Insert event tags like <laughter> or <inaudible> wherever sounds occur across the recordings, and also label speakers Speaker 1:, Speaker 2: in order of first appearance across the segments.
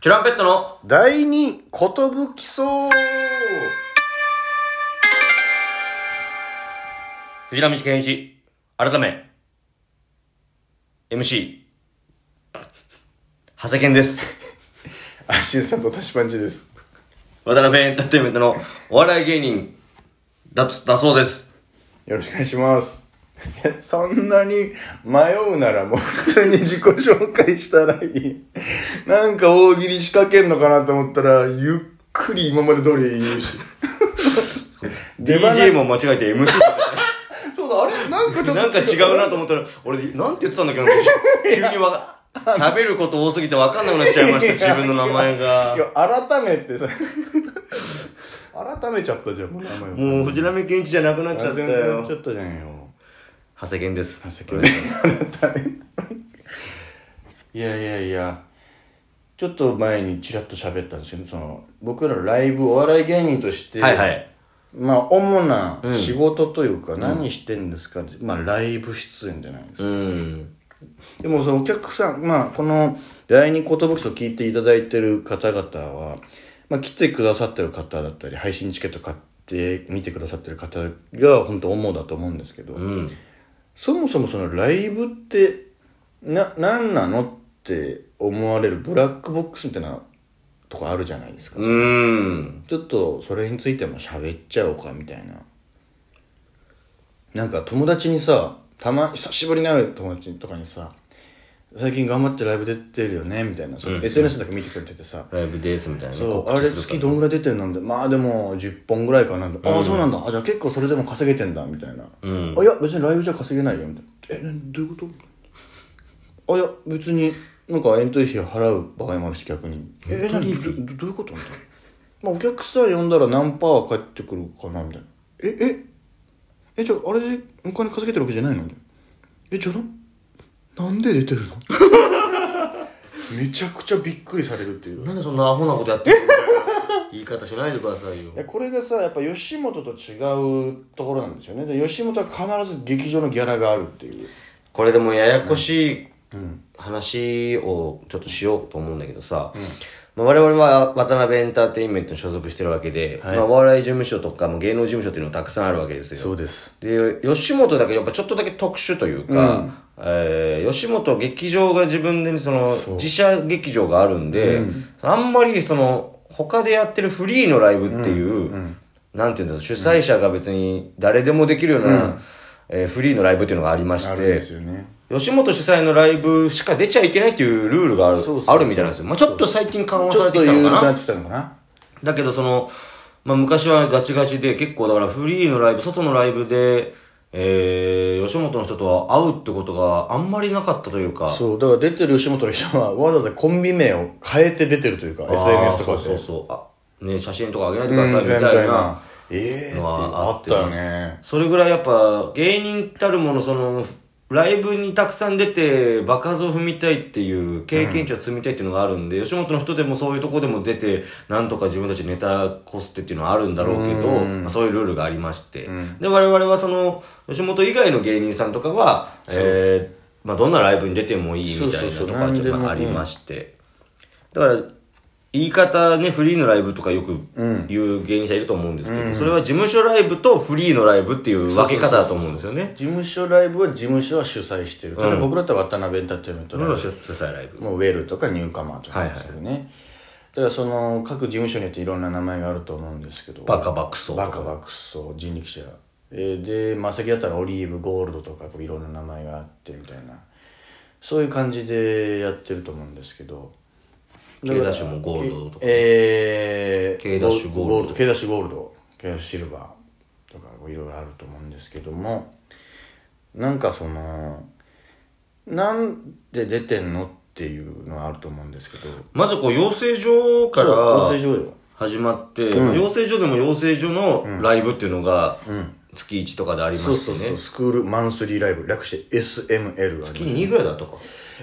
Speaker 1: チュランペットの
Speaker 2: 第二ことぶきそう
Speaker 1: 藤波健一、改め、MC、長谷健 <laughs> です。
Speaker 2: アシスタントたしパンチです
Speaker 1: 渡辺エンターテインメントのお笑い芸人だ、だそうです。
Speaker 2: よろしくお願いします <laughs> いやそんなに迷うならもう普通に自己紹介したらいいなんか大喜利仕掛けんのかなと思ったらゆっくり今まで通り言う
Speaker 1: <laughs>
Speaker 2: し出花
Speaker 1: DJ も間違えて <laughs> MC
Speaker 2: そうだあれなんかちょっと
Speaker 1: なんか違うなと思ったら、俺、なんて言ってたんだっけな、 <laughs> 急にわか、喋ること多すぎてわかんなくなっちゃいました、自分の名前
Speaker 2: い
Speaker 1: が。
Speaker 2: や改めてさ改めちゃったじゃんもう名前を
Speaker 1: もう藤波健一じゃなくなっちゃった
Speaker 2: ちょ
Speaker 1: よ。
Speaker 2: っとじゃんよ
Speaker 1: 長谷健です。
Speaker 2: 情けない <laughs> いやいやいやちょっと前にちらっと喋ったんですけどその僕らライブお笑い芸人として、
Speaker 1: はいはい。
Speaker 2: まあ主な
Speaker 1: うん
Speaker 2: 仕事というか何してんですかって、まあライブ出演じゃないですか、
Speaker 1: うん。
Speaker 2: でもそのお客さんまあこの第二言武器を聞いていただいてる方々は、まあ、来てくださってる方だったり配信チケット買って見てくださってる方が本当主だと思うんですけど、
Speaker 1: うん。
Speaker 2: そもそもそのライブってな何なのって思われるブラックボックスみたいなとこあるじゃないですか、
Speaker 1: うん。
Speaker 2: ちょっとそれについても喋っちゃおうかみたいななんか友達にさたま久しぶりに会う友達とかにさ最近頑張ってライブ出てるよねみたいな、その
Speaker 1: うん
Speaker 2: SNS だけ見てくれててさ、
Speaker 1: ライブですみたいなね。
Speaker 2: そうあ
Speaker 1: 告知
Speaker 2: れ
Speaker 1: する
Speaker 2: 月どんぐらい出てるなんでまあでも10本ぐらいかなであ
Speaker 1: う
Speaker 2: あ
Speaker 1: ん
Speaker 2: そうなんだあじゃあ結構それでも稼げてんだみたいな
Speaker 1: うん
Speaker 2: あい。や別にライブじゃ稼げないよみたいなえどういうことあいや別になんかエントリー費払う場合もあるし逆にえ何どどどういうことみたいな、まあ、お客さん呼んだら何パーは返ってくるかなみたいなえええじゃああれでお金稼げてるわけじゃないのみたいなえじゃあななんで出てるの <laughs> めちゃくちゃびっくりされるっていう
Speaker 1: なんでそんなアホなことやって <laughs> るのみたいな言い方しないでくださいよ
Speaker 2: い。やこれがさやっぱ吉本と違うところなんですよねで吉本は必ず劇場のギャラがあるっていう
Speaker 1: これでもややこしい
Speaker 2: うん
Speaker 1: 話をちょっとしようと思うんだけどさ、まあ、我々は渡辺エンターテインメントに所属してるわけで、
Speaker 2: はい
Speaker 1: まあ、お笑い事務所とかも芸能事務所っていうのもたくさんあるわけですよ
Speaker 2: そうです
Speaker 1: で吉本だけやっぱちょっとだけ特殊というか、
Speaker 2: うん
Speaker 1: えー吉本劇場が自分でその
Speaker 2: そう
Speaker 1: 自社劇場があるんで、あんまりその他でやってるフリーのライブっていう、なんていうんだろう主催者が別に誰でもできるような、えーフリーのライブっていうのがありまし
Speaker 2: あるん
Speaker 1: て
Speaker 2: ですよね
Speaker 1: 吉本主催のライブしか出ちゃいけないっていうルールがある
Speaker 2: そうそうそう
Speaker 1: あるみたいなんですよ、まあ、ちょっと最近緩和
Speaker 2: ち
Speaker 1: さ
Speaker 2: ょ
Speaker 1: れ
Speaker 2: ってと
Speaker 1: きたの
Speaker 2: 緩
Speaker 1: か
Speaker 2: く
Speaker 1: な
Speaker 2: なってきたのかな
Speaker 1: だけどその、まあ、昔はガチガチで結構だからフリーのライブ外のライブで、えー、吉本の人とは会うってことがあんまりなかったというか
Speaker 2: そうだから出てる吉本の人はわざわざコンビ名を変えて出てるというか
Speaker 1: あー
Speaker 2: SNS とかで
Speaker 1: そうそうそうあ、ね、写真とか上げないでく
Speaker 2: う
Speaker 1: ださいみ
Speaker 2: ん
Speaker 1: たいな、
Speaker 2: ええー、
Speaker 1: のはあ
Speaker 2: あ
Speaker 1: っ
Speaker 2: ってたよね
Speaker 1: それぐらいやっぱ芸人たるものそのライブにたくさん出て場数を踏みたいっていう経験値を積みたいっていうのがあるんで、吉本の人でもそういうとこでも出てなんとか自分たちネタこすってっていうのはあるんだろうけど、
Speaker 2: うん
Speaker 1: まあ、そういうルールがありまして、
Speaker 2: うん
Speaker 1: で我々はその吉本以外の芸人さんとかは、えーまあ、どんなライブに出てもいいみたいな
Speaker 2: そ
Speaker 1: と
Speaker 2: うそうそう
Speaker 1: かちょっと
Speaker 2: 何で
Speaker 1: ま
Speaker 2: も
Speaker 1: あありまして、だから言い方ねフリーのライブとかよく
Speaker 2: うん
Speaker 1: 言う芸人さんいると思うんですけど、それは事務所ライブとフリーのライブっていう分け方だと思うんですよね。
Speaker 2: 事務所ライブは事務所は主催してる、た
Speaker 1: う
Speaker 2: だ
Speaker 1: ん
Speaker 2: 僕だったら渡辺エンターテインメント
Speaker 1: ど
Speaker 2: の
Speaker 1: の主催ライブ
Speaker 2: もうウェルとかニューカマーとかですけどね、だからその各事務所によっていろんな名前があると思うんですけど
Speaker 1: バカバクソ
Speaker 2: バカバクソ人力車、えーでマセキだったらオリーブゴールドとかこういろんな名前があってみたいなそういう感じでやってると思うんですけど
Speaker 1: K ダッシュもゴールドとか
Speaker 2: けえー、
Speaker 1: K ダッシュゴールド
Speaker 2: K ダッシュゴールド K ダッシュシルバーとかこういろいろあると思うんですけどもなんかそのなんで出てんのっていうのはあると思うんですけど
Speaker 1: まずこう養成所から
Speaker 2: そう養成所よ
Speaker 1: 始まって、まあ養成所でも養成所のライブっていうのが
Speaker 2: うん
Speaker 1: 月1とかでありま
Speaker 2: そう
Speaker 1: し
Speaker 2: そう
Speaker 1: て
Speaker 2: そう
Speaker 1: ね
Speaker 2: スクールマンスリーライブ略して SML があります
Speaker 1: 月に2ぐらいだったか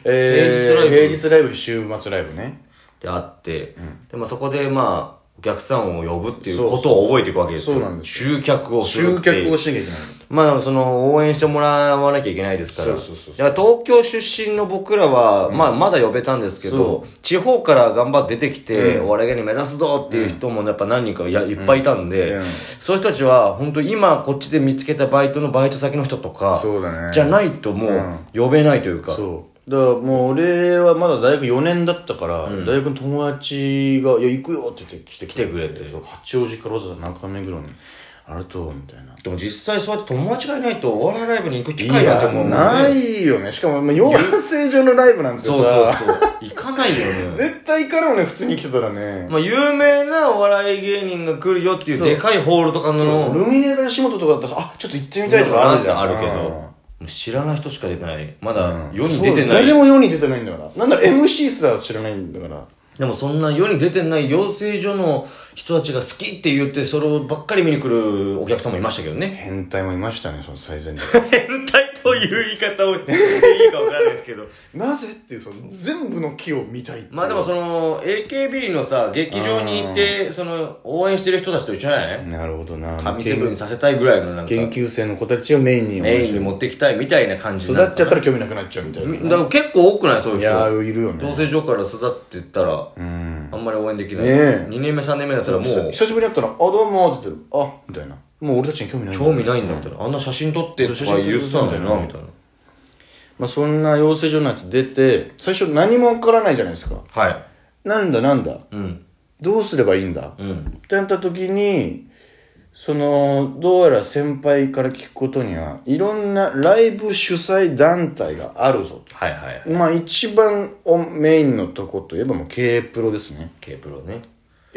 Speaker 2: え
Speaker 1: 平日
Speaker 2: ー
Speaker 1: ライブ
Speaker 2: 平日ライブ週末ライブね
Speaker 1: であって、でまあ、そこでまあお客さんを呼ぶっていうことを覚えていくわけですよ。
Speaker 2: そうそうそうそうなんです
Speaker 1: 集客をする
Speaker 2: 集
Speaker 1: っていう。
Speaker 2: 客をしなきゃいけない
Speaker 1: まあ、その、応援してもらわなきゃいけないですから。
Speaker 2: そうそうそうそう
Speaker 1: だから東京出身の僕らは、まあ、まだ呼べたんですけど
Speaker 2: そ、
Speaker 1: 地方から頑張って出てきて、お笑い芸人目指すぞっていう人もやっぱ何人かいやいっぱいいたんで、
Speaker 2: うんうん
Speaker 1: そういう人たちは、本当今こっちで見つけたバイトのバイト先の人とか、
Speaker 2: そうだね
Speaker 1: じゃないとも
Speaker 2: うん
Speaker 1: う、呼べないというか。
Speaker 2: そうだからもう俺はまだ大学4年だったから、大学の友達が「いや行くよ」って言って来て来
Speaker 1: てくれて
Speaker 2: そう八王子からわざわざ中目黒に「ありがとう」みたいな
Speaker 1: でも実際そうやって友達がいないと、お笑いライブに行く機会なんてもうね
Speaker 2: ないよねしかもまあ養成所のライブなんてさ
Speaker 1: そうそうそう。行かないよね。
Speaker 2: <laughs> 絶対行かないもんね普通に来てたらね、
Speaker 1: まあ、有名なお笑い芸人が来るよっていうでかいホールとか
Speaker 2: そう
Speaker 1: の、
Speaker 2: ルミネーザー仕事とかだったらあちょっと行ってみたいとかあるじゃん
Speaker 1: あるけ
Speaker 2: うん
Speaker 1: ど、知らない人しか出てない。ま
Speaker 2: う
Speaker 1: だ
Speaker 2: ん
Speaker 1: 世に出てな
Speaker 2: そう誰
Speaker 1: い。
Speaker 2: も世に出てないんだからなんだろ MC すら知らないんだから
Speaker 1: でもそんな世に出てない養成所の人たちが好きって言って、そればっかり見に来るお客さんもいましたけどね。
Speaker 2: 変態もいましたねその最前列
Speaker 1: <laughs> 変態という言い方をしていいかわからないです <laughs> けど。
Speaker 2: <laughs> なぜっていうその全部の木を見たいっていう
Speaker 1: まあでもその、AKB のさ、劇場に行って、その、応援してる人たちと一緒じゃない
Speaker 2: なるほどな
Speaker 1: 神セブンにさせたいぐらいのなんか、
Speaker 2: 研究生の子たちをメインに
Speaker 1: メインに持ってきたいみたいな感じに
Speaker 2: 育
Speaker 1: な
Speaker 2: っちゃったら興味なくなっちゃうみたい
Speaker 1: だ
Speaker 2: な
Speaker 1: から結構多くないそういう
Speaker 2: い
Speaker 1: 人
Speaker 2: やーいるよね
Speaker 1: 養成所から巣立ってったら、
Speaker 2: うん
Speaker 1: あんまり応援できない、
Speaker 2: ねえ
Speaker 1: 2年目3年目だったらもう
Speaker 2: 久しぶりに会ったら「あどうも」って言って「あみたいなもう俺たちに興味ない
Speaker 1: 興味ないん
Speaker 2: だ
Speaker 1: だったら、あんな写真撮ってとか言ってたんだよなみたいな
Speaker 2: まあそんな養成所のやつ出て最初何もわからないじゃないですか
Speaker 1: はい
Speaker 2: なんだなんだ
Speaker 1: うん
Speaker 2: どうすればいいんだ
Speaker 1: うん
Speaker 2: ってなった時にそのどうやら先輩から聞くことにはいろんなライブ主催団体があるぞ
Speaker 1: はいはい
Speaker 2: まあ一番おメインのとこといえばもう K プロですね
Speaker 1: K プロね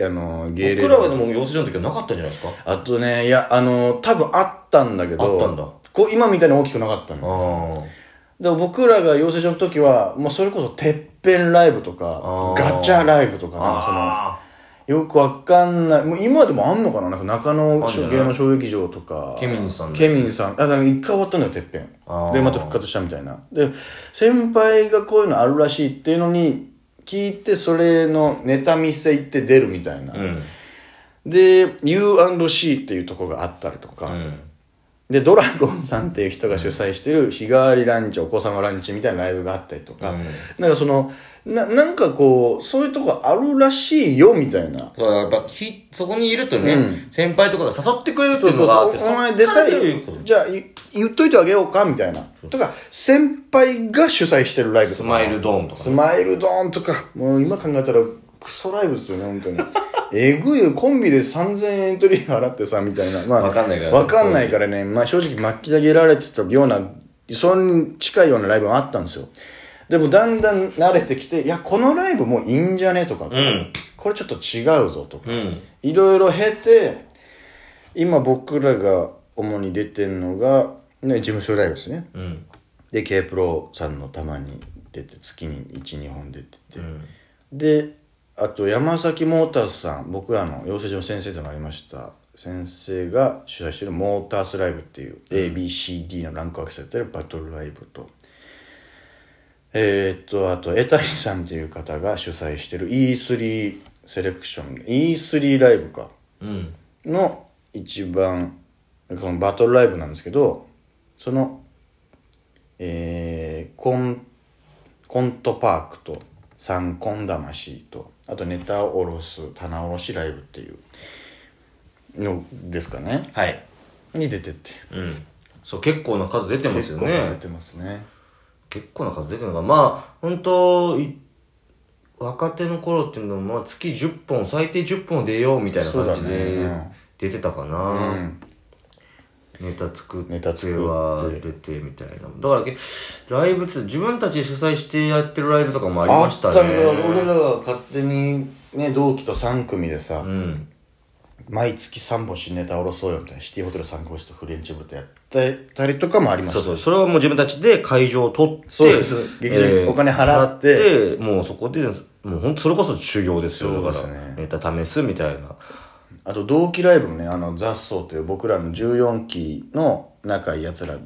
Speaker 2: あの芸
Speaker 1: 僕
Speaker 2: 歴
Speaker 1: らはでも養成所の時はなかったんじゃないですか
Speaker 2: あとねいやあの多分あったんだけど
Speaker 1: あったんだ
Speaker 2: こう今みたいに大きくなかった
Speaker 1: あ
Speaker 2: の
Speaker 1: あ
Speaker 2: でも僕らが養成所の時はもうそれこそてっぺんライブと
Speaker 1: あ
Speaker 2: か
Speaker 1: ー
Speaker 2: ガチャライブとかなんかその
Speaker 1: あ
Speaker 2: よくわかんない。もう今でもあんのかななんか中野
Speaker 1: あんじゃない
Speaker 2: 芸能小劇場とか。
Speaker 1: ケミンさんのやつ
Speaker 2: ケミンさん。あ、なんか一回終わったんだよ、てっぺん
Speaker 1: あー。
Speaker 2: で、また復活したみたいな。で、先輩がこういうのあるらしいっていうのに、聞いて、それのネタ見せ行って出るみたいな。
Speaker 1: ーうん
Speaker 2: で、U&C っていうとこがあったりとか。
Speaker 1: うん
Speaker 2: で、ドラゴンさんっていう人が主催してる日替わりランチ、お子様ランチみたいなライブがあったりとか。
Speaker 1: うん
Speaker 2: なんかその、な、なんかこう、そういうとこあるらしいよ、みたいな。
Speaker 1: そうやっぱひそこにいるとね、
Speaker 2: う
Speaker 1: 先輩とかが誘ってくれるって
Speaker 2: そう
Speaker 1: いう
Speaker 2: そ
Speaker 1: の
Speaker 2: う
Speaker 1: があ
Speaker 2: そ
Speaker 1: っ
Speaker 2: う
Speaker 1: て
Speaker 2: お前出た
Speaker 1: そっから出
Speaker 2: い
Speaker 1: ること
Speaker 2: じゃあい言っといてあげようかみたいなとか先輩が主催してるライブと
Speaker 1: ス
Speaker 2: か
Speaker 1: マイルドーンとか
Speaker 2: スマイルドーンとかもう今考えたらクソライブですよね本当
Speaker 1: <laughs>
Speaker 2: にえぐいよコンビで3000円エントリー払ってさみたいなまあ
Speaker 1: わかんないから
Speaker 2: わかんないからね、まあ、正直巻き上げられてたようなそれに近いようなライブもあったんですよでもだんだん慣れてきていやこのライブもういいんじゃねとか、
Speaker 1: うん
Speaker 2: これちょっと違うぞとか
Speaker 1: うん
Speaker 2: いろいろ経て今僕らが主に出てるのが、ね、事務所ライブですね
Speaker 1: うん
Speaker 2: で k プロさんのたまに出て月に12本出てて、
Speaker 1: うん
Speaker 2: であと山崎モータースさん僕らの養成所の先生となりました先生が主催してるモータースライブっていう、ABCD のランク分けされてるバトルライブとえーっとあと江谷さんっていう方が主催してる E3 セレクション E3 ライブか
Speaker 1: うん
Speaker 2: の一番このバトルライブなんですけどそのえーコンコントパークと三コン魂とあとネタを下ろす棚卸しライブっていうのですかね
Speaker 1: はい
Speaker 2: に出てって
Speaker 1: うんそう結構な数出てますよね
Speaker 2: 結構出てますね
Speaker 1: 結構な数出てるのがまあ本当い若手の頃っていうのは、まあ、月10本最低10本出ようみたいな感じ
Speaker 2: そうだね
Speaker 1: で
Speaker 2: うん
Speaker 1: 出てたかな、
Speaker 2: うん
Speaker 1: ネタ作って
Speaker 2: ネタ作って
Speaker 1: は出てみたいなだからけライブつ自分たちで主催してやってるライブとかもありましたね
Speaker 2: あったんだ俺らが勝手にね同期と3組でさ、
Speaker 1: うん
Speaker 2: 毎月3本新ネタ下ろそうよみたいなシティホテル3号室とフレンチブルとやってたりとかもありました
Speaker 1: そうそうそれはもう自分たちで会場を取って
Speaker 2: そうです劇場にお金払って
Speaker 1: 払ってもうそこでもう本当それこそ修行ですよ
Speaker 2: そう
Speaker 1: だ
Speaker 2: です
Speaker 1: か
Speaker 2: ね
Speaker 1: らネタ試すみたいな
Speaker 2: あと同期ライブもねあの雑草という僕らの14期の仲いいやつら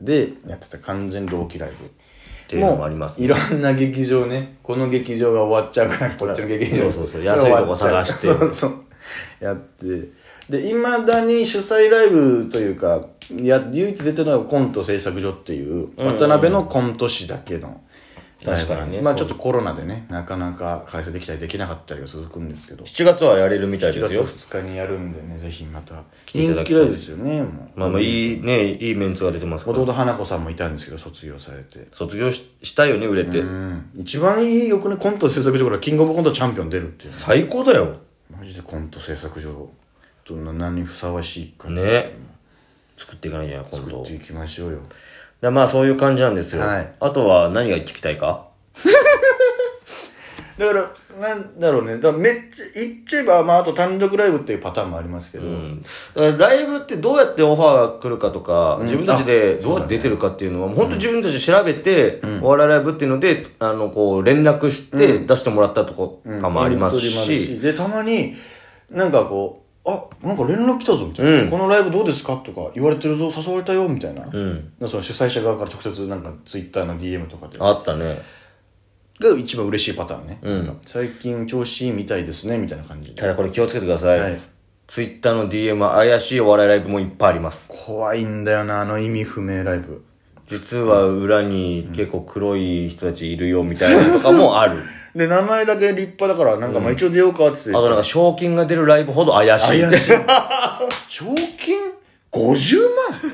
Speaker 2: でやってた完全同期ライブって
Speaker 1: いうのもありますね
Speaker 2: いろんな劇場ねこの劇場が終わっちゃうからこっちの劇場
Speaker 1: そうそうそう安いとこ探して
Speaker 2: そうそうやってでいまだに主催ライブというかいや唯一出てるのがコント制作所っていう渡辺のコント師だけのライブな
Speaker 1: 確か
Speaker 2: んです
Speaker 1: にね
Speaker 2: まあち
Speaker 1: そ
Speaker 2: ょ
Speaker 1: う
Speaker 2: っとコロナでねなかなか開催できたりできなかったりが続くんですけど
Speaker 1: 7月はやれるみたい
Speaker 2: 7
Speaker 1: で
Speaker 2: 月
Speaker 1: すよ
Speaker 2: 2日にやるんでねぜひまた
Speaker 1: 来ていただきたい
Speaker 2: 人気ライブですよねもう
Speaker 1: まあまあいいねいいメンツが出てますか
Speaker 2: もとも
Speaker 1: ら
Speaker 2: と花子さんもいたんですけど卒業されて
Speaker 1: 卒業ししたいよね売れて
Speaker 2: うん一番いいよくねコント制作所からキングオブコントチャンピオン出るっていう
Speaker 1: 最高だよ
Speaker 2: マジでコント制作所どんな何にふさわしいか
Speaker 1: ね作っていかなきゃな今
Speaker 2: 作
Speaker 1: 度
Speaker 2: っていきましょうよ
Speaker 1: でまあそういう感じなんですよ、
Speaker 2: はい
Speaker 1: あとは何が聞きたいか
Speaker 2: だからなんだろうねだからめっちゃ言っちゃえば、まあ、あと単独ライブっていうパターンもありますけど、
Speaker 1: うん、だからライブってどうやってオファーが来るかとか、自分たちでどうやって出てるかっていうのは、本当自分たちで調べて、お笑いライブっていうので、あの、こう、連絡して出してもらったとこ
Speaker 2: うん
Speaker 1: かもあります
Speaker 2: エントリーもある
Speaker 1: し、
Speaker 2: でたまになんかこうあなんか連絡来たぞみたいな、
Speaker 1: うん
Speaker 2: このライブどうですかとか言われてるぞ誘われたよみたいな、
Speaker 1: うん。
Speaker 2: その主催者側から直接なんかツイッターの DM とかで
Speaker 1: あったね。
Speaker 2: が一番嬉しいパターンね、
Speaker 1: うん
Speaker 2: なんか最近調子いいみたいですねみたいな感じで
Speaker 1: ただこれ気をつけてください。
Speaker 2: はい
Speaker 1: ツイッターの DM は怪しいお笑いライブもいっぱいあります。
Speaker 2: 怖いんだよなあの意味不明ライブ
Speaker 1: 実は裏に結構黒い人たちいるよみたいなのとかもある。
Speaker 2: で名前だけ立派だからなんかまあ一応出ようかって
Speaker 1: あとなんか賞金が出るライブほど怪しい。
Speaker 2: 怪しい賞金50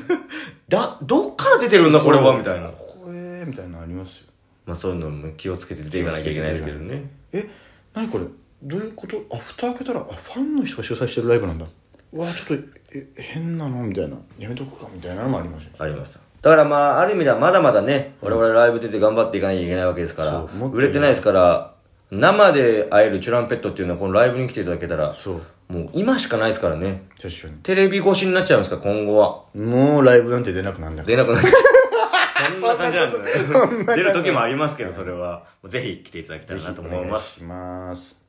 Speaker 2: 万
Speaker 1: <laughs> だ、どっから出てるんだこれはみたいな。
Speaker 2: 怖えみたいなのありますよ
Speaker 1: まあそういうのも気をつけて出ていかなきゃいけないですけどね。
Speaker 2: え何これどういうことあ蓋開けたらあファンの人が主催してるライブなんだうわちょっとえ変なのみたいなやめとくかみたいなのもありました
Speaker 1: ありました。だからまあ、ある意味ではまだまだね、我々ライブ出て頑張っていかなきゃいけないわけですから
Speaker 2: そうもっ、と
Speaker 1: 売れてないですから、生で会えるチュランペットっていうのはこのライブに来ていただけたら、
Speaker 2: そう
Speaker 1: もう今しかないですからね。
Speaker 2: 確かに
Speaker 1: テレビ越しになっちゃいますから、今後は。
Speaker 2: もうライブなんて出なくなんだから
Speaker 1: 出なくなっちゃう。 <laughs> そんな感じなんだね。出る時もありますけど、それは。ぜひ来ていただきたいなと思います。
Speaker 2: します